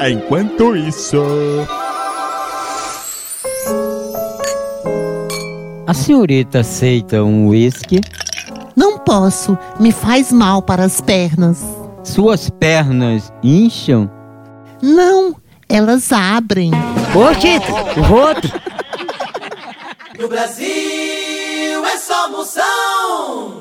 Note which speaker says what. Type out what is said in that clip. Speaker 1: Enquanto isso.
Speaker 2: A senhorita aceita um uísque?
Speaker 3: Não posso, me faz mal para as pernas.
Speaker 2: Suas pernas incham?
Speaker 3: Não, elas abrem.
Speaker 4: Ô, Tito, o outro.
Speaker 5: No Brasil é só moção.